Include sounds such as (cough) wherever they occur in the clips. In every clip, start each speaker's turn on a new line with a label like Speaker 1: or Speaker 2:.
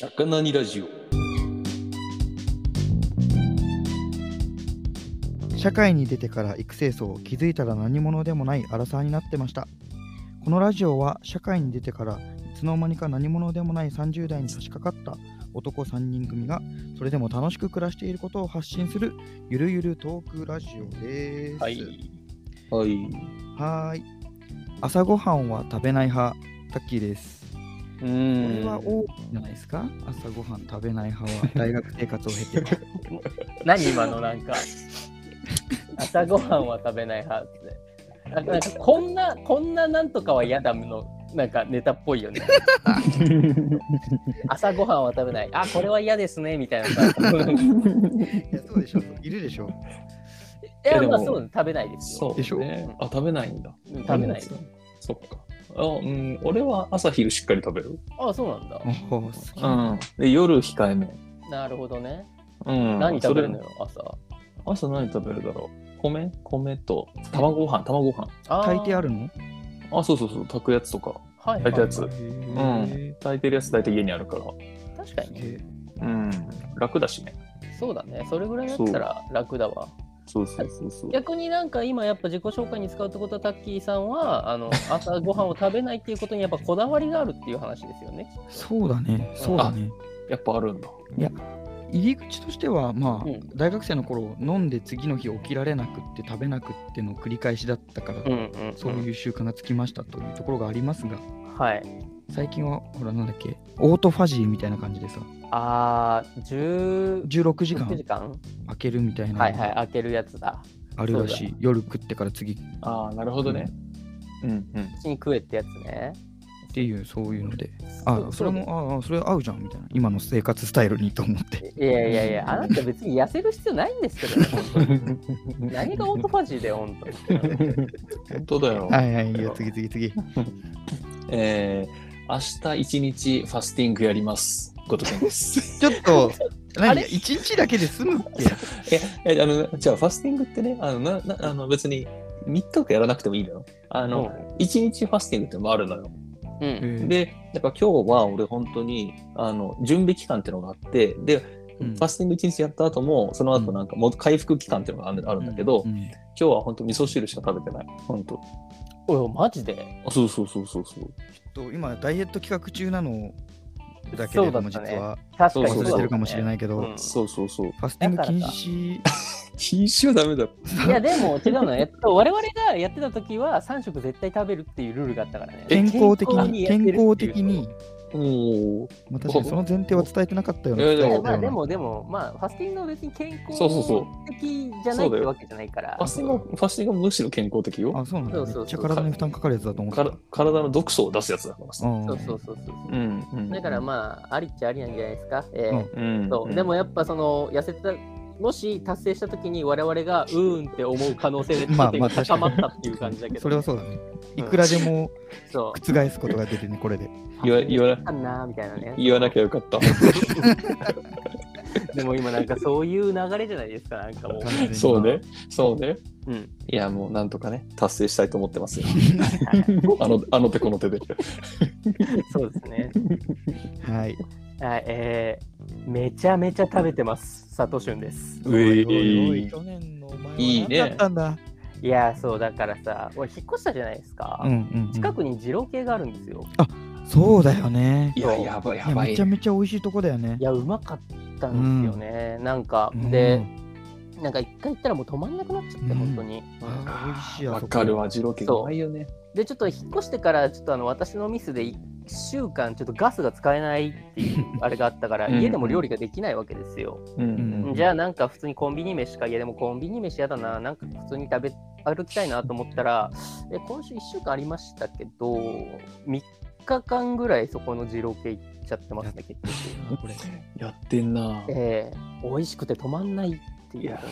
Speaker 1: 百なにラジオ。
Speaker 2: 社会に出てから育成層気づいたら何者でもないアラサーになってましたこのラジオは社会に出てからいつの間にか何者でもない30代に差し掛かった男3人組がそれでも楽しく暮らしていることを発信するゆるゆるトークラジオです
Speaker 1: はい。はい。
Speaker 2: はーい朝ごはんは食べない派タッキーです
Speaker 1: う
Speaker 2: こ
Speaker 1: ん
Speaker 2: れは多いんじゃないですか朝ごはん食べない派は大学生活を経て
Speaker 3: 何今のなん
Speaker 2: (laughs)
Speaker 3: か朝ごはんは食べない派ってなんかなんかこんなこんななんとかは嫌だのなんかネタっぽいよね朝ごはんは食べないあこれは嫌ですねみたいなさ
Speaker 2: いやそうでしょいるでしょ
Speaker 3: い
Speaker 1: いや
Speaker 3: や
Speaker 1: でも
Speaker 3: まあそう食べないですよ
Speaker 1: そう、ね。
Speaker 2: でしょ
Speaker 1: あ、食べないんだ。
Speaker 3: うん食べない
Speaker 1: そっか。あうん、俺は朝昼しっかり食べる。
Speaker 3: あそうなんだ
Speaker 2: おー好き
Speaker 1: うん。で、夜控えめ。
Speaker 3: なるほどね
Speaker 1: うん。
Speaker 3: 何食べる
Speaker 1: そ
Speaker 3: の
Speaker 1: れ
Speaker 3: よ朝
Speaker 1: 朝何食べるだろう。米米と卵ご飯、卵ご飯。
Speaker 3: あー
Speaker 2: 炊いてあるの
Speaker 1: あ、そうそうそう、炊くやつとか。
Speaker 3: はい、
Speaker 1: 炊
Speaker 3: はい
Speaker 1: いたやつ
Speaker 2: へー
Speaker 1: 炊いてるやつ大体家にあるから。
Speaker 3: 確かにね
Speaker 2: で
Speaker 1: うん。楽だしね。
Speaker 3: そうだねそれぐらいだったら楽だわ
Speaker 1: そうそうそうそう。
Speaker 3: 逆になんか今やっぱ自己紹介に使うってことはタッキーさんはあの朝ごはんを食べないっていうことにやっぱこだわりがあるっていう話ですよね。
Speaker 2: そうだね、そうだね。
Speaker 1: やっぱあるんだ。
Speaker 2: 入り口としては、まあ、
Speaker 3: うん
Speaker 2: 大学生の頃、飲んで次の日起きられなくって食べなくっての繰り返しだったから、
Speaker 3: うんうんうん
Speaker 2: そういう習慣がつきましたというところがありますが、
Speaker 3: はい。
Speaker 2: 最近は、ほら、なんだっけ、オートファジーみたいな感じでさ、
Speaker 3: ああ、16
Speaker 2: 16時間
Speaker 3: 時間
Speaker 2: 開けるみたいな
Speaker 3: はい
Speaker 2: の
Speaker 3: はい、
Speaker 2: が
Speaker 3: 開けるやつだ。
Speaker 2: あるらしい。夜食ってから次っ
Speaker 1: ああ、なるほどね。うんうん。
Speaker 3: うちに食えってやつね。
Speaker 2: ていう、そういうので、あ
Speaker 3: う
Speaker 2: それ。も、ああ、それ合うじゃんみたいな、今の生活スタイルにと思って。
Speaker 3: ういやいやいや、あなた別に痩せる必要ないんですけどね、 (laughs) 本当に何がオートファジーで、本当に。
Speaker 1: (laughs) 本当 (laughs) だよ。
Speaker 2: はい (laughs) はい、いや、次次次。
Speaker 1: えー、明日一日ファスティングやります。ことけんです。
Speaker 2: ちょっと、
Speaker 3: あ
Speaker 2: 何
Speaker 3: れ
Speaker 2: ?1 日だけで済むっけ
Speaker 1: (laughs) え、え、あの、じゃあファスティングってね、あの、な、なあの別に3日間やらなくてもいいのよ。あの、一日ファスティングってのもあるのよ。
Speaker 3: うん。
Speaker 1: で、やっぱ今日は俺本当に、あの、準備期間っていうのがあって、で、
Speaker 2: うん
Speaker 1: ファスティング一日やった後も、その後なんかもう回復期間っていうのがあるあるんだけど、
Speaker 2: うんうん
Speaker 1: 今日は本当味噌汁しか食べてない。本当。
Speaker 3: おい、マジで
Speaker 1: あ、そうそうそうそうそう。
Speaker 2: と今ダイエット企画中なのだけれども、
Speaker 3: そ
Speaker 2: 実
Speaker 3: うだったね
Speaker 2: は
Speaker 3: 確かに
Speaker 2: 忘れ
Speaker 3: だ
Speaker 2: て
Speaker 3: ね
Speaker 2: るかもしれないけど、
Speaker 3: うん
Speaker 1: そうそうそう。
Speaker 2: ファスティング
Speaker 3: だから
Speaker 2: 禁
Speaker 3: か
Speaker 2: 止
Speaker 1: 禁酒はダメだ。
Speaker 3: いやでも違うの、えっと、我々がやってた時は3食絶対食べるっていうルールがあったからね。
Speaker 2: 健康的に健康的
Speaker 3: やってるっていう
Speaker 2: に、
Speaker 1: おお。
Speaker 2: まあ、確かにその前提は伝えてなかったよね
Speaker 1: いやいや
Speaker 3: い
Speaker 1: い
Speaker 3: や
Speaker 1: や
Speaker 3: まあで
Speaker 2: 伝
Speaker 3: もでもまあファスティングは別に健康
Speaker 1: そうそうそう
Speaker 3: 的じゃないってわけじゃないから。
Speaker 1: ファスティングは、ファスティングはむしろ健康的
Speaker 2: えてな
Speaker 1: よ。
Speaker 2: あそうなんだ
Speaker 3: そうそうそう
Speaker 2: めっちゃ体に負担かかるやつだと思って
Speaker 1: か
Speaker 2: た
Speaker 1: ら体の毒素を出すやつだからさ。
Speaker 2: うん
Speaker 3: そうそうそうそうそう。
Speaker 1: ん、うん
Speaker 3: だからまあありっちゃありなんじゃないですか。えー
Speaker 1: うん、
Speaker 3: そううんでもやっぱその痩せたもし達成した時に我々がうーんって思う可能性でちょ
Speaker 2: ま
Speaker 3: っ
Speaker 2: あ
Speaker 3: と
Speaker 2: まあ
Speaker 3: 今高まったっていう感じだけど、
Speaker 2: それはそううだね
Speaker 3: う
Speaker 2: い
Speaker 3: ん
Speaker 2: くらでも
Speaker 3: そう
Speaker 2: 覆すことが出てねこれで
Speaker 1: 言わ言わ
Speaker 3: あんなーみたいなね
Speaker 1: 言わなきゃよかった。
Speaker 3: でも今なんかそういう流れじゃないですかなんかもう
Speaker 2: 完全に
Speaker 1: そうね、そうね。
Speaker 3: うん
Speaker 1: いや、もうなんとかね、達成したいと思ってますよ。
Speaker 3: はい
Speaker 1: (laughs) あのあの手この手で。
Speaker 3: そうですね
Speaker 2: (laughs) はい
Speaker 3: はい、えー、めちゃめちゃ食べてます、佐藤俊です。
Speaker 1: うえ
Speaker 2: おいおいお
Speaker 1: い
Speaker 2: い去年のお前はい
Speaker 1: いね
Speaker 2: 何だったんだ
Speaker 3: いやー、そう、だからさ、俺、引っ越したじゃないですか。
Speaker 2: うんうんうん
Speaker 3: 近くに二郎系があるんですよ。
Speaker 2: そうだよね
Speaker 1: いや、やばい、や
Speaker 2: いや
Speaker 1: ば
Speaker 2: め
Speaker 1: い
Speaker 2: ちゃ。めちゃ美味しいとこだよね
Speaker 3: いや、うまかったんですよね。なんか、で、なんか一回行ったらもう止まんなくなっちゃって、
Speaker 2: うん
Speaker 3: 本当に。
Speaker 2: うんあ美味しいあそ
Speaker 1: わ
Speaker 2: こ
Speaker 1: かるわ、ジローケ
Speaker 3: そう
Speaker 1: うまいよね。
Speaker 3: で、ちょっと引っ越してから、ちょっとあの私のミスで1週間、ちょっとガスが使えないっていうあれがあったから、
Speaker 1: うん
Speaker 3: 家でも料理ができないわけですよ。
Speaker 1: うん
Speaker 2: うん
Speaker 3: じゃあなんか普通にコンビニ飯かいやでもコンビニ飯やだななんか普通に食べ歩きたいなと思ったらえ今週1週間ありましたけど3日間ぐらいそこの二郎系行っちゃってますね結局、
Speaker 2: あこれ
Speaker 1: やってんな。
Speaker 3: ええ美味しくて止まんないっていう感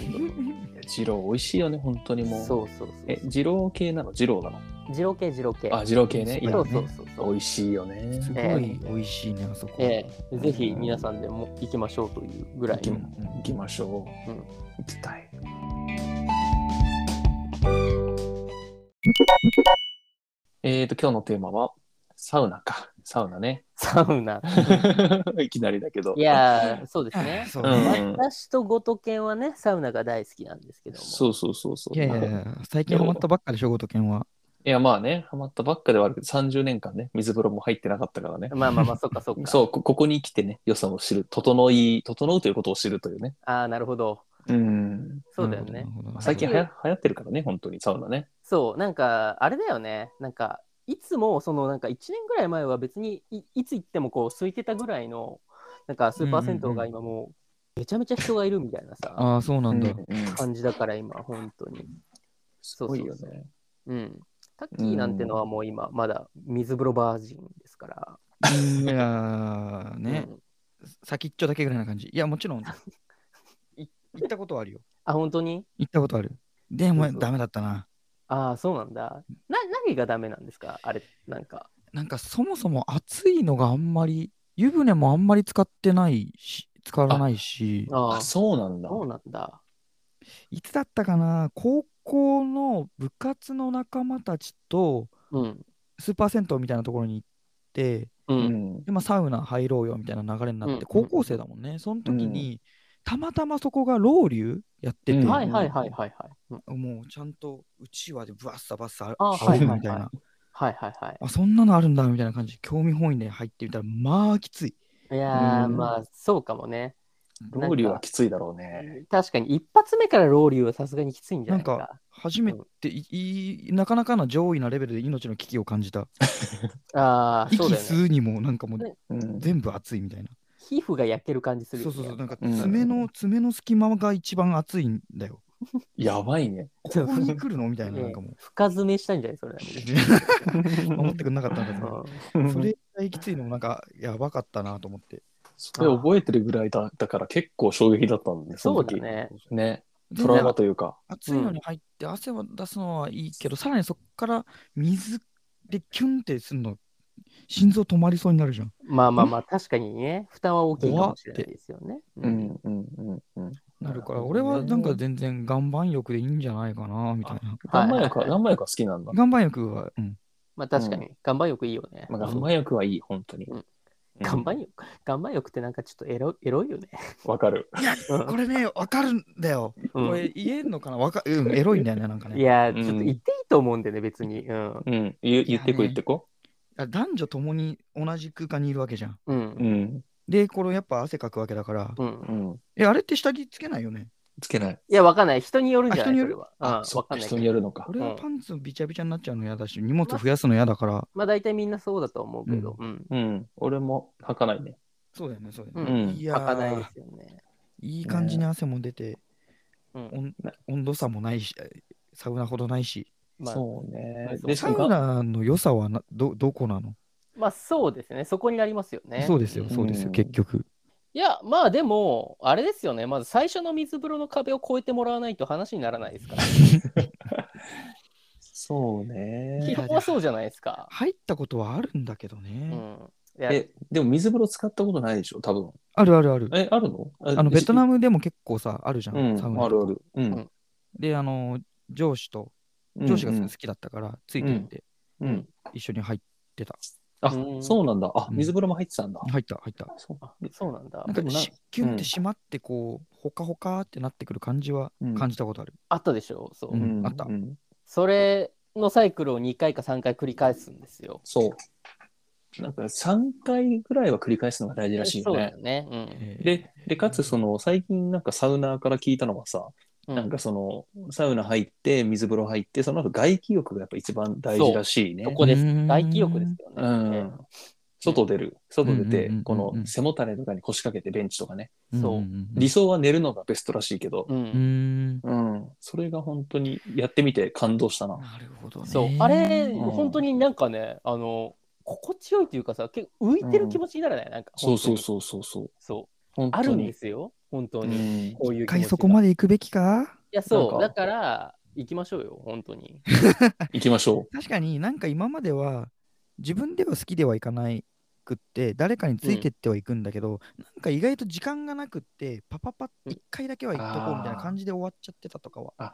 Speaker 3: じ
Speaker 1: ジロー美味しいよね、本当にもう。
Speaker 3: そうそうそう
Speaker 1: え、ジロー系なのジローなの
Speaker 3: 二郎系二郎系
Speaker 1: あ、ジロー系ね。いや
Speaker 3: そうそうそうそ
Speaker 1: 美
Speaker 3: う
Speaker 1: 味しいよね。
Speaker 2: すご
Speaker 3: え
Speaker 2: い美味しいねあそこ
Speaker 3: ええぜひ皆さんでも行きましょうというぐらい
Speaker 1: 行き
Speaker 3: の
Speaker 1: 行きましょう。
Speaker 3: うん
Speaker 1: 行きたい。えーと、今日のテーマは、サウナか。サウナね。
Speaker 3: サウナ。
Speaker 1: (laughs) いきなりだけど。
Speaker 3: いやー、そうですね。
Speaker 2: そう
Speaker 1: う
Speaker 2: ね
Speaker 1: ん。
Speaker 3: 私とごとけんはね、サウナが大好きなんですけども。
Speaker 1: そうそうそうそう。
Speaker 2: いやいやいや、最近ハマったばっかでしょ、ごとけんは。
Speaker 1: いやまあね、ハマったばっかではあるけど、30年間ね、水風呂も入ってなかったからね。
Speaker 3: まあまあまあ、そっかそっか。
Speaker 1: そう、こここに来てね、良さを知る、整い、整うということを知るというね。
Speaker 3: ああ、なるほど。
Speaker 1: うん。
Speaker 3: そうだよね
Speaker 2: なる。ほど。なるほど
Speaker 1: 最近はや流行ってるからね、本当に、サウナね。
Speaker 3: そう、なんか、あれだよね。なんか、いつも、その、なんか、1年ぐらい前は別にい、いつ行っても、こう、空いてたぐらいの、なんか、スーパー銭湯が今もう、めちゃめちゃ人がいるみたいなさ、
Speaker 2: ああ、そうなんだ。
Speaker 3: 感じだから、今、本当に。
Speaker 1: すごいよね。
Speaker 3: うん。タッキーなんてのはもう今、まだ水風呂バージンですから。
Speaker 2: いやーね、
Speaker 3: うん
Speaker 2: 先っちょだけぐらいな感じ。いや、もちろん、い行ったことはあるよ。
Speaker 3: あ、本当に
Speaker 2: 行ったことある。でも
Speaker 3: そう、そう
Speaker 2: ダメだったな。
Speaker 3: ああ、そうなんだ。な、何がダメなんですかあれ、なんか。
Speaker 2: なんか、そもそも暑いのがあんまり、湯船もあんまり使ってないし、使わないし、
Speaker 3: ああ、
Speaker 1: あ、
Speaker 3: そ
Speaker 1: そうなんだ。
Speaker 3: うなんだ。
Speaker 2: いつだったかな、高校の部活の仲間たちと、
Speaker 3: うん。
Speaker 2: スーパー銭湯みたいなところに行って、
Speaker 3: う。
Speaker 1: うんん。
Speaker 2: でまあサウナ入ろうよみたいな流れになって、
Speaker 3: うん
Speaker 2: 高校生だもんね。その時に、たまたまそこがロウリュやってて、
Speaker 1: うん
Speaker 3: はいはいはいはいはい。うん
Speaker 2: もうちゃんとうちわでブワッサバッサ
Speaker 3: あ
Speaker 2: 羽織る
Speaker 3: はいはいはい
Speaker 2: みたいな。
Speaker 3: はいはいはい。
Speaker 2: あ、そんなのあるんだみたいな感じで興味本位で入ってみたら、まあきつい。
Speaker 3: いやー、
Speaker 1: うん
Speaker 3: まあ、そうかもね。
Speaker 1: ロウリュはきついだろうね。
Speaker 3: 確かに、一発目からローリューはさすがにきついんじゃ
Speaker 2: な
Speaker 3: なんいか。
Speaker 2: か初めてい、いいなかなかな上位なレベルで命の危機を感じた。
Speaker 3: ああ、そう
Speaker 2: 息
Speaker 3: だよ
Speaker 2: 吸
Speaker 3: ね。
Speaker 2: うにもなんかもう
Speaker 3: ね
Speaker 1: うん。
Speaker 2: 全部熱いみたいな。
Speaker 3: 皮膚が焼ける感じする
Speaker 2: そ
Speaker 3: よ
Speaker 2: う
Speaker 3: ね、
Speaker 2: そうそう、なんか
Speaker 1: うん
Speaker 2: 爪の爪の隙間が一番熱いんだよ。
Speaker 1: やばいね。
Speaker 2: こ
Speaker 1: (laughs)
Speaker 2: こに来るのみたいな、なん (laughs) かもう。
Speaker 3: 深爪したんじゃないそれ。
Speaker 2: 守ってくれなかったんだけど、
Speaker 3: う
Speaker 2: それぐらいきついのもなんかやばかったなと思って。
Speaker 1: それ覚えてるぐらいだだから結構衝撃だったんだね
Speaker 3: ん、そうだ
Speaker 1: の時
Speaker 3: ね。
Speaker 1: ね。
Speaker 2: 全
Speaker 1: トラウ
Speaker 2: 然
Speaker 1: マというか。
Speaker 2: 暑いのに入って汗を出すのはいいけど、さらにそこから水でキュンってするの、心臓止まりそうになるじゃん。
Speaker 3: まあまあまあ、確かにね、負担は大きいかもしれないですよね。う、
Speaker 1: うんんうんうんうん。
Speaker 2: な
Speaker 1: なる
Speaker 2: るから、
Speaker 1: ほど
Speaker 2: 俺
Speaker 1: ね
Speaker 2: はなんか全然岩盤浴でいいんじゃないかなみたいな。
Speaker 1: 岩盤
Speaker 3: はい
Speaker 1: 浴は、岩盤浴は好きなんだ。
Speaker 2: 岩盤浴は、うん。
Speaker 3: まあ確かに、岩盤浴いいよね。
Speaker 1: まあ、岩盤浴はいい、本当に。
Speaker 3: うん
Speaker 1: うん
Speaker 3: 岩盤浴岩盤浴ってなんかちょっとエロエロいよね。
Speaker 1: わかる。
Speaker 3: うん
Speaker 2: これね、わかるんだよ。
Speaker 3: うん
Speaker 2: これ言えんのかなわかうん、エロいんだよね、なんか
Speaker 3: い
Speaker 2: ね。
Speaker 3: や
Speaker 1: う
Speaker 3: ー、
Speaker 1: ん
Speaker 3: ちょっと言っていいと思うんでね、別に。うん。
Speaker 1: うん。言言ってこ
Speaker 2: いやね
Speaker 1: 言ってこ。
Speaker 2: 男女ともに同じ空間にいるわけじゃん。
Speaker 3: う。
Speaker 1: うんん。
Speaker 2: で、これやっぱ汗かくわけだから、
Speaker 3: うん
Speaker 1: う、ん。
Speaker 2: え、あれって下着つけないよね。
Speaker 1: つけない。
Speaker 3: いや、わかんない。人によるんじゃな
Speaker 2: あ人
Speaker 3: い
Speaker 2: によ
Speaker 3: それ
Speaker 2: る
Speaker 3: は。
Speaker 1: あ
Speaker 3: うん、
Speaker 1: そ
Speaker 3: わ
Speaker 1: っ
Speaker 3: か
Speaker 1: か、
Speaker 3: んない
Speaker 1: 人
Speaker 3: け
Speaker 1: に
Speaker 3: ど。
Speaker 1: よるのか。
Speaker 2: 俺はパンツびちゃびちゃになっちゃうの嫌だし、荷物増やすの嫌だから、
Speaker 3: まあ大体みんなそうだと思うけど。うん。
Speaker 1: うん。俺も履かないね。
Speaker 2: そうだよね、そうだ
Speaker 3: う。
Speaker 2: よね。
Speaker 1: うんん
Speaker 2: いや
Speaker 3: 書かないで
Speaker 2: ー
Speaker 3: すよね。
Speaker 2: いい感じに汗も出て、
Speaker 3: うん。
Speaker 2: 温温度差もないし、サウナほどないし。
Speaker 3: まあ、
Speaker 1: そうね。
Speaker 3: そう
Speaker 1: で、し
Speaker 2: サ
Speaker 1: かも
Speaker 2: ウナの良さはなどどこなの、
Speaker 3: まあそうですね。そこになりますよね。
Speaker 2: そうですよ、
Speaker 3: ん
Speaker 2: そうです
Speaker 1: う
Speaker 2: よ、
Speaker 1: ん
Speaker 2: 結局。
Speaker 3: いや、まあでも、あれですよね。まず最初の水風呂の壁を越えてもらわないと話にならないですから。
Speaker 1: そう
Speaker 3: 基
Speaker 1: ね。
Speaker 3: 本はそうじゃないですか。
Speaker 2: 入ったことはあるんだけど
Speaker 3: う
Speaker 2: ね。
Speaker 3: ん。いや、
Speaker 1: え、でも水風呂使ったことないでしょ、多分。
Speaker 2: あるあるある。
Speaker 1: え、あるのあ
Speaker 2: あのベトナ
Speaker 1: ム
Speaker 2: ムでも結構さ、あるじゃん、
Speaker 1: うん、
Speaker 2: サウ
Speaker 1: あ
Speaker 2: ナ
Speaker 1: る
Speaker 2: と
Speaker 1: あ
Speaker 2: か。
Speaker 1: る。うん。
Speaker 2: で、あの、上司と、上司が好きだったから、ついてって、
Speaker 1: うんうん。
Speaker 2: 一緒に入っ
Speaker 1: あ
Speaker 3: う、ん
Speaker 1: そうなんだ。あ、
Speaker 2: うん
Speaker 1: 水風呂も入ってたんだ。
Speaker 2: 入った、入った。
Speaker 1: そう
Speaker 3: あそうなんだ
Speaker 2: な。
Speaker 1: で
Speaker 2: ん
Speaker 1: も
Speaker 2: か
Speaker 1: な
Speaker 2: しキュンっ
Speaker 1: うん
Speaker 2: て締まってこう、ほかほかってなってくる感じは
Speaker 1: うん
Speaker 2: 感じたことある。
Speaker 3: あったでしょそ
Speaker 2: う
Speaker 3: う。
Speaker 2: ん
Speaker 1: うん
Speaker 2: あった
Speaker 1: うん
Speaker 3: それのサイクルを2回か3回繰り返すんですよ。
Speaker 1: そう。なんか3回ぐらいは繰り返すのが大事らしい
Speaker 3: そ
Speaker 1: よ
Speaker 3: うだ
Speaker 1: ね
Speaker 3: よ。ね。うん
Speaker 2: えー
Speaker 1: で、でかつその最近なんかサウナーから聞いたのはさ、
Speaker 3: う。
Speaker 1: なんかそのサウナ入って水風呂入ってその後外気浴がやっぱ一番大事らしいね
Speaker 3: そ。こです
Speaker 2: う。ん
Speaker 3: 大記憶ですよ
Speaker 1: う
Speaker 3: ね
Speaker 1: ん。外出る、外出
Speaker 2: うんうんうん
Speaker 1: て
Speaker 2: うんうん、
Speaker 1: この背もたれとかに腰掛けてベンチとかね。
Speaker 3: そう
Speaker 1: 理想は寝るのがベストらしいけど
Speaker 3: う、ん。うん
Speaker 2: うーん。
Speaker 1: うん。それが本当にやってみて感動したな。
Speaker 2: なるほどね。
Speaker 3: そう、あれ、
Speaker 1: ん
Speaker 3: 本当になんかね、あの、心地よいというかさ、結構浮いてる気持ちにならない、なんか。
Speaker 1: そうそう
Speaker 3: う。
Speaker 1: そうそうそう。
Speaker 3: そう。
Speaker 1: 本
Speaker 3: あ
Speaker 1: 当
Speaker 3: るん
Speaker 1: に
Speaker 3: で。すよ、本当
Speaker 1: う
Speaker 3: に。
Speaker 1: ん
Speaker 3: こういう
Speaker 2: 一
Speaker 3: 気持
Speaker 2: 回
Speaker 3: ち
Speaker 2: そこま
Speaker 3: で。
Speaker 2: で
Speaker 3: い
Speaker 2: 行くべきか
Speaker 3: や、そ
Speaker 1: な
Speaker 3: う、
Speaker 1: んか
Speaker 3: だから、行きましょうよ、本当に。
Speaker 1: 行きましょ
Speaker 2: 確かになんか今までは、自分では好きではいかないくって、誰かについてってはいくんだけど、なんか意外と時間がなくって、パパパって一回だけは行っとこうみたいな感じで終わっちゃってたとかは。
Speaker 1: う。あ、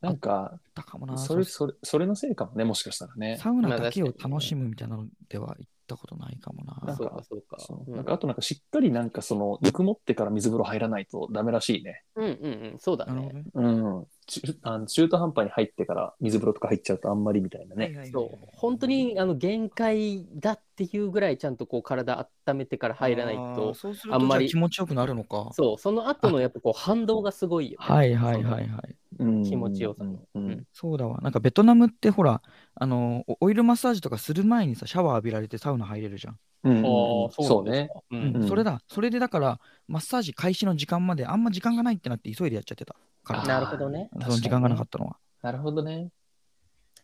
Speaker 1: なんか、
Speaker 2: たかもな。
Speaker 1: それ、
Speaker 2: そ
Speaker 1: それ、それのせいかもね、もしかしたらね。
Speaker 2: サウナだけを楽しむみたいなのでは行ったことないかも
Speaker 1: な
Speaker 2: な。
Speaker 1: ん
Speaker 3: そう
Speaker 1: か
Speaker 3: か、そうか。
Speaker 1: そううんなんかあとなんかしっかりなんかそのぬくもってから水風呂入らないとダメらしいね。
Speaker 3: うんうんうん、そうだ
Speaker 2: なるほ
Speaker 3: ね
Speaker 2: ど。ね。
Speaker 1: うん。中あの中途半端に入ってから水風呂とか入っちゃうとあんまりみたいなね。
Speaker 2: はい
Speaker 3: そう本当にあの限界だっていうぐらいちゃんとこう体温めてから入らない
Speaker 2: あー
Speaker 3: と
Speaker 2: そうする
Speaker 3: あ
Speaker 2: とじ
Speaker 3: ん
Speaker 2: ゃ
Speaker 3: ま
Speaker 2: あ
Speaker 3: り
Speaker 2: 気持ちよくなるのか。
Speaker 3: そうその後のやっぱこう反動がすごいよね、
Speaker 2: はいはいはいはい。
Speaker 1: うん、
Speaker 3: 気持ちよさ
Speaker 1: う
Speaker 3: の
Speaker 1: んうん
Speaker 2: そうだわ。なんかベトナムってほら、あのおオイルマッサージとかする前にさ、シャワー浴びられてサウナ入れるじゃん。
Speaker 1: うんうん
Speaker 3: あー
Speaker 1: そう
Speaker 3: なんで
Speaker 1: ね
Speaker 3: す。かう
Speaker 2: うん
Speaker 3: ん
Speaker 1: うん
Speaker 2: それだ。それでだから、マッサージ開始の時間まであんま時間がないってなって急いでやっちゃってたから、
Speaker 3: なるほどね
Speaker 1: あー
Speaker 2: その時間がなか
Speaker 1: 確
Speaker 2: ったのは。
Speaker 1: かにねなるほどね。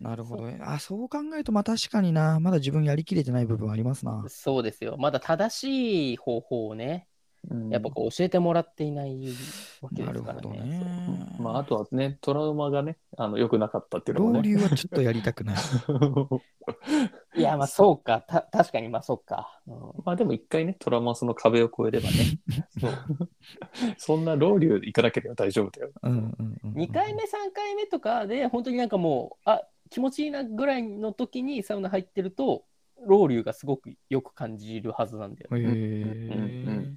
Speaker 2: なるほどね。あ、そう考えると、まあ確かにな、まだ自分やりきれてない部分ありますな。
Speaker 3: そうですよまだ正しい方法をね
Speaker 1: うん
Speaker 3: やっぱこう教えてもらっていないわけ
Speaker 2: な
Speaker 3: で
Speaker 2: る
Speaker 3: すか
Speaker 2: ほ
Speaker 3: ら
Speaker 2: ど
Speaker 3: ね
Speaker 2: ね。
Speaker 1: まああとはね、トラウマがね、あの良くなかったっていうのも
Speaker 2: 老
Speaker 1: ね。
Speaker 2: 流はちょっとやりたく (laughs) ない。
Speaker 1: (laughs)
Speaker 3: そういやまあそうかた確かにまあそうか、うん
Speaker 1: まあでも一回ね、トラウマはその壁を越えればね、そんな老流行かなければ大丈夫だよ。
Speaker 2: うんうんうんうん
Speaker 3: 2回目3回目とかで本当になんかもうあ気持ちいいなぐらいの時にサウナ入ってるとロウリュがすごくよく感じるはずなんだよ、
Speaker 2: へ
Speaker 3: ね
Speaker 1: うんう
Speaker 2: え
Speaker 1: ん。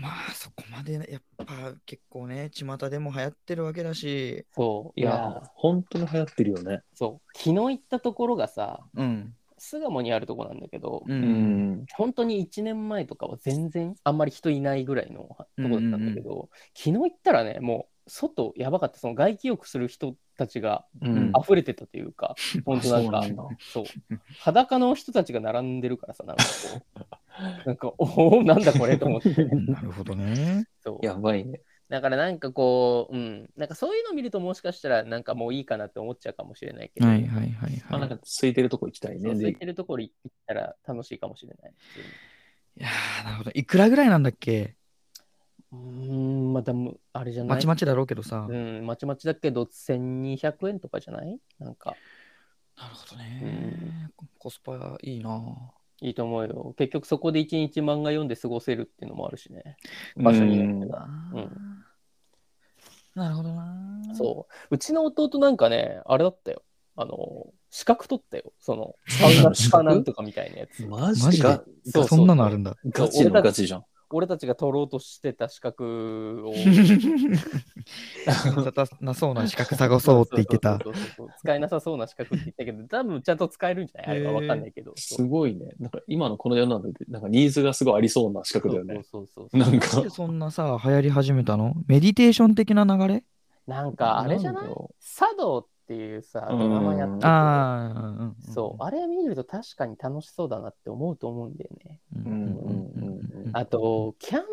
Speaker 2: まあそこまでねやっぱ結構ね巷でも流行ってるわけだし、
Speaker 3: そう
Speaker 1: い
Speaker 3: いや
Speaker 1: や、本当に流行ってるよね。
Speaker 3: そう昨日行ったところがさ
Speaker 2: うん
Speaker 3: 巣鴨にあるとこなんだけど、
Speaker 1: う
Speaker 2: う
Speaker 1: ん
Speaker 3: 本当に1年前とかは全然あんまり人いないぐらいのとこだったんだけど、昨日行ったらねもう外やばかったその外気浴する人たちが
Speaker 1: うん
Speaker 3: 溢れてたというか、本当なんか
Speaker 1: あそうなんだ
Speaker 3: そう裸の人たちが並んでるからさなんかこうなんかおおなんだこれと思って
Speaker 2: なるほどね。
Speaker 3: そう
Speaker 1: やばいね。
Speaker 3: だからなんかこううんなんかそういうの見るともしかしたらなんかもういいかなって思っちゃうかもしれないけど、
Speaker 2: はいはいはい
Speaker 1: まあ
Speaker 2: は
Speaker 1: ないん。か空いてるとこ行きたい
Speaker 3: そ
Speaker 1: ね。
Speaker 3: う空い
Speaker 1: で
Speaker 3: てるところ行ったら楽しいかもしれない普通に
Speaker 2: いやーなるほど。いくらぐらいなんだっけ
Speaker 3: うーんまたむあれじゃない
Speaker 2: まちまちだろうけどさ。
Speaker 3: う
Speaker 2: なる
Speaker 3: ん、まちまちだけど、1200円とかじゃないなんか、
Speaker 2: ほどね。コスパいいな。
Speaker 3: いいと思うよ。結局そこで一日漫画読んで過ごせるっていうのもあるしね。
Speaker 1: 場所に
Speaker 3: う
Speaker 1: よ
Speaker 3: ん
Speaker 1: っては
Speaker 3: うん
Speaker 2: なるほどな。
Speaker 3: そう。うちの弟なんかね、あれだったよ。あの、資格取ったよ。そ (laughs) の、サ
Speaker 1: う
Speaker 3: ウ
Speaker 1: な
Speaker 3: ナ
Speaker 1: の
Speaker 3: スパなんとかみたいなやつ。
Speaker 1: マ
Speaker 2: マジ
Speaker 1: ジ
Speaker 2: で
Speaker 1: で
Speaker 3: そう
Speaker 2: そんなのあるんだ。
Speaker 1: ガチのガチじゃん。
Speaker 3: 俺たちが取ろうとしてた資格 (laughs) を。
Speaker 2: (laughs) なさなそうな資格探そうって言ってた。
Speaker 3: そうそうそうそう。使えなさそうな資格って言ったけど、多分ちゃんと使えるんじゃないあれはわかんないけど。
Speaker 1: す
Speaker 3: そう
Speaker 1: ごいね。なんか今のこの世の中で、なんかニーズがすごいありそうな資格だよね。
Speaker 3: そうそうそう
Speaker 1: なん
Speaker 2: な
Speaker 1: か
Speaker 2: んで、そんなさ、流行り始めたのメディテーション的な流れ
Speaker 3: なんか、あれじゃない
Speaker 1: んだろ
Speaker 3: 茶道っていうさ、ドラマやって
Speaker 1: うん
Speaker 3: て。
Speaker 2: ああ、うんうんうん
Speaker 3: そう、あれ見ると確かに楽しそうだなって思うと思うんだよね。
Speaker 2: うんうんうんうん
Speaker 3: あと、キャン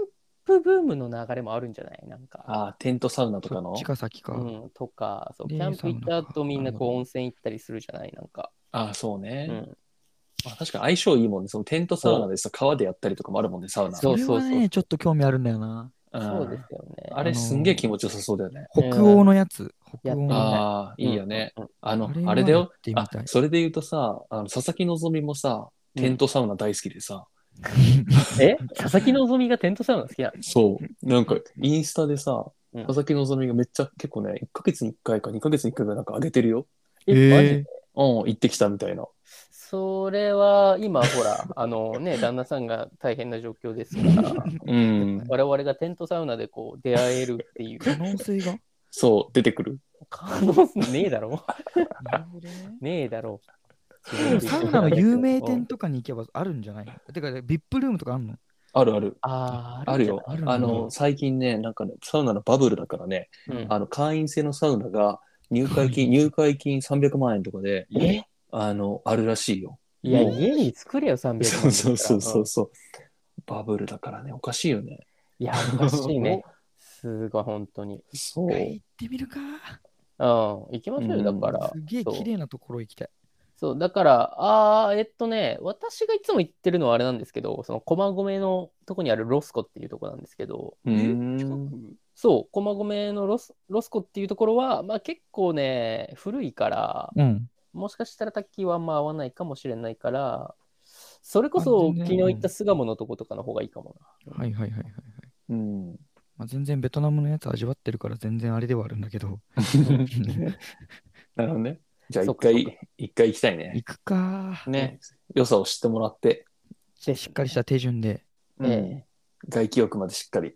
Speaker 3: プブームの流れもあるんじゃないなん
Speaker 1: う
Speaker 3: か。
Speaker 1: ああ、テントサウナとか
Speaker 2: そ
Speaker 1: の
Speaker 2: っち。が先か。
Speaker 3: うん、とかそう、
Speaker 2: で
Speaker 3: キャンプ行った
Speaker 2: サウナか
Speaker 3: 後みんな
Speaker 2: なるほ
Speaker 3: こう
Speaker 2: ど
Speaker 3: 温泉行ったりするじゃないなんか。
Speaker 1: ああ、そうね。
Speaker 3: うん、
Speaker 1: まあ、確かに相性いいもんね。そのテントサウナでさ、川でやったりとかもあるもんね、サウナ。
Speaker 3: そう
Speaker 2: れはね、ちょっと興味あるんだよな。
Speaker 1: ん
Speaker 3: そうですよね。
Speaker 1: あれすんげえ気持ちよさそうだよね。
Speaker 2: 北欧のやつ。北欧
Speaker 3: うん
Speaker 2: の。
Speaker 1: ああ、いいよね。
Speaker 3: うん。
Speaker 1: あの、
Speaker 2: あ
Speaker 1: あ
Speaker 2: れ
Speaker 1: れだ
Speaker 2: はやっ
Speaker 1: よ
Speaker 2: てみ。たい
Speaker 1: あ、それで言うとさ、あの佐々木希もさ、テントサウナ大好きでさ、
Speaker 3: え佐々木希がテントサウナ好きなの
Speaker 1: そう、なんかインスタでさ、
Speaker 3: うん
Speaker 1: 佐々木希がめっちゃ結構ね、1ヶ月に1回か2ヶ月に1回ぐらいなんか上げてるよ。
Speaker 3: えマジ
Speaker 2: え
Speaker 3: で
Speaker 2: え
Speaker 1: うん、行ってきたみたいな。
Speaker 3: それは今ほら、あのね、旦那さんが大変な状況ですから、
Speaker 1: うん、
Speaker 3: 我々がテントサウナでこう出会えるっていう
Speaker 2: 可能性が。
Speaker 1: そう、出てくる。
Speaker 3: 可能性ねえだろ。
Speaker 2: なるほどね。
Speaker 3: ねえだろう。
Speaker 2: サウナの有名店とかに行けばあるんじゃないてか、ビップルームとかあるの
Speaker 1: あるある。
Speaker 3: あー
Speaker 1: あるよ。
Speaker 2: あるんだ
Speaker 1: あの、最近ね、なんかね、サウナのバブルだからね、
Speaker 3: うん
Speaker 1: あの、会員制のサウナが入会金、入会金300万円とかで、
Speaker 3: え
Speaker 1: あの、あるらしいよ。
Speaker 3: いや、
Speaker 1: もう
Speaker 3: 家に作れよ、300万だった
Speaker 1: そう
Speaker 3: ら
Speaker 1: そうそうそ
Speaker 3: うん
Speaker 1: うそう。バブルだからね、おかしいよね。
Speaker 3: いや、おかし
Speaker 1: (laughs)
Speaker 3: いね。すごい、本当に。うん、
Speaker 1: そう
Speaker 2: 一。回行ってみるか。
Speaker 3: 行きましょう
Speaker 1: う
Speaker 3: よ、
Speaker 1: ん
Speaker 3: だから。
Speaker 2: すげえ
Speaker 3: そう
Speaker 2: 綺麗なところ行きたい。
Speaker 3: そう、だから、ああ、えっとね、私がいつも行ってるのはあれなんですけど、その駒込のとこにあるロスコっていうとこなんですけど、
Speaker 1: う
Speaker 2: 近く
Speaker 1: ん。
Speaker 3: そう、駒込のロスロスコっていうところは、まあ結構ね、古いから、
Speaker 2: うん。
Speaker 3: もしかしたらタッキーはあんま合わないかもしれないから、それこそ
Speaker 2: あ全然
Speaker 3: 昨日行った巣鴨のとことかの方がいいかもな。
Speaker 2: はいはいはいはいはい。
Speaker 1: うん。
Speaker 2: まあ、全然ベトナムのやつ味わってるから全然あれではあるんだけど、
Speaker 1: なるほどね。じゃあ
Speaker 3: そ
Speaker 1: 一
Speaker 3: っか
Speaker 1: 回、一回行きたいね。
Speaker 2: 行くかー。
Speaker 3: ね。
Speaker 1: 良さを知ってもらって、
Speaker 2: で、しっかりした手順で。
Speaker 3: ええ
Speaker 1: 外気浴までしっかり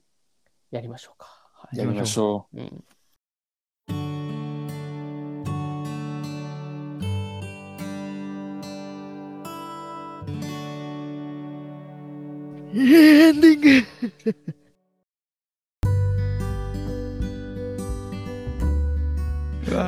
Speaker 3: やりましょうか。は
Speaker 1: やりましょ
Speaker 3: いうん
Speaker 2: エンディングうわ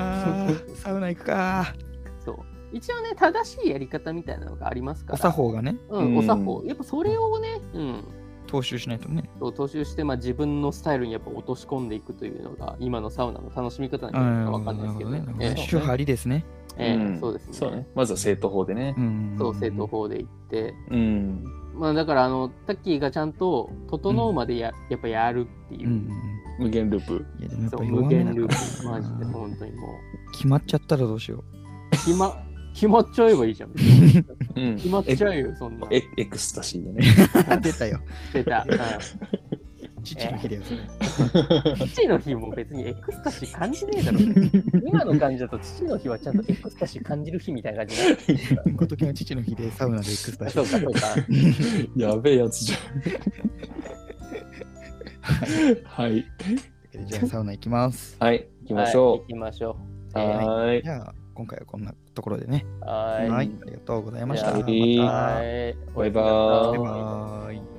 Speaker 2: ーサウナ行くかー。
Speaker 3: そう一応ね、正しいやり方みたいなのがありますから。
Speaker 2: お作法がね、
Speaker 3: うん、
Speaker 1: うん
Speaker 3: お作法。やっぱそれをね、うん、
Speaker 2: 踏襲しないとね。
Speaker 3: そう踏襲して、まあ、自分のスタイルにやっぱ落とし込んでいくというのが、今のサウナの楽しみ (laughs) 方なのかわかんないですけどね。
Speaker 2: なるほ
Speaker 3: え
Speaker 2: ど
Speaker 3: え
Speaker 2: ね主張張りですね。
Speaker 1: う。
Speaker 3: ええ
Speaker 1: ん
Speaker 3: そうですね。
Speaker 1: そうね。まずは正統法でね
Speaker 2: う。ん。
Speaker 3: そう、正統法で行って。
Speaker 1: うん。
Speaker 3: まあ、だから、あの、タッキーがちゃんと、整うまでや、やっぱやるっていうう。
Speaker 2: んうんうん。
Speaker 1: 無限ループ。
Speaker 2: いやでもやっ
Speaker 3: そ
Speaker 2: ぱ
Speaker 3: う、
Speaker 2: 弱
Speaker 3: 無
Speaker 2: め
Speaker 3: 限
Speaker 2: だか
Speaker 3: ル
Speaker 2: ら
Speaker 3: ープ。マジで、本当にもう。
Speaker 2: 決まっちゃったらどうしよ
Speaker 3: 決ま、決まっちゃえばいいじゃん。
Speaker 1: うん
Speaker 3: 決まっちゃうよ、そんな。 (laughs)
Speaker 1: エエクスタシーでね。
Speaker 2: う。出たよ。
Speaker 3: 出た。うん
Speaker 2: 父の日だよ、それ。 (laughs)
Speaker 3: 父の日も別にエクスタシー感じねえだろ。今の感じだと父の日はちゃんとエクスタシー感じる日みたいな感じになる。
Speaker 2: (laughs) 今時の父の日でサウナでエクスタシ
Speaker 3: そう
Speaker 2: ー。
Speaker 3: かそうか。
Speaker 1: やべえやつじゃん。はい。
Speaker 2: じゃあサウナ行きます。
Speaker 1: はい。行きまし
Speaker 3: はい
Speaker 1: ょ
Speaker 3: 行きましょ
Speaker 1: う。
Speaker 3: う。えー
Speaker 1: はーい
Speaker 2: じ。ゃあ今回はこんなところでね。
Speaker 3: は。
Speaker 2: はいい。
Speaker 1: い
Speaker 2: ありがとうございまし
Speaker 1: じ
Speaker 2: た。
Speaker 1: ゃあ
Speaker 2: また
Speaker 1: いい
Speaker 2: バ
Speaker 3: はい。
Speaker 1: バイバーイ
Speaker 2: イ
Speaker 3: おやすみなさい
Speaker 2: バーイ。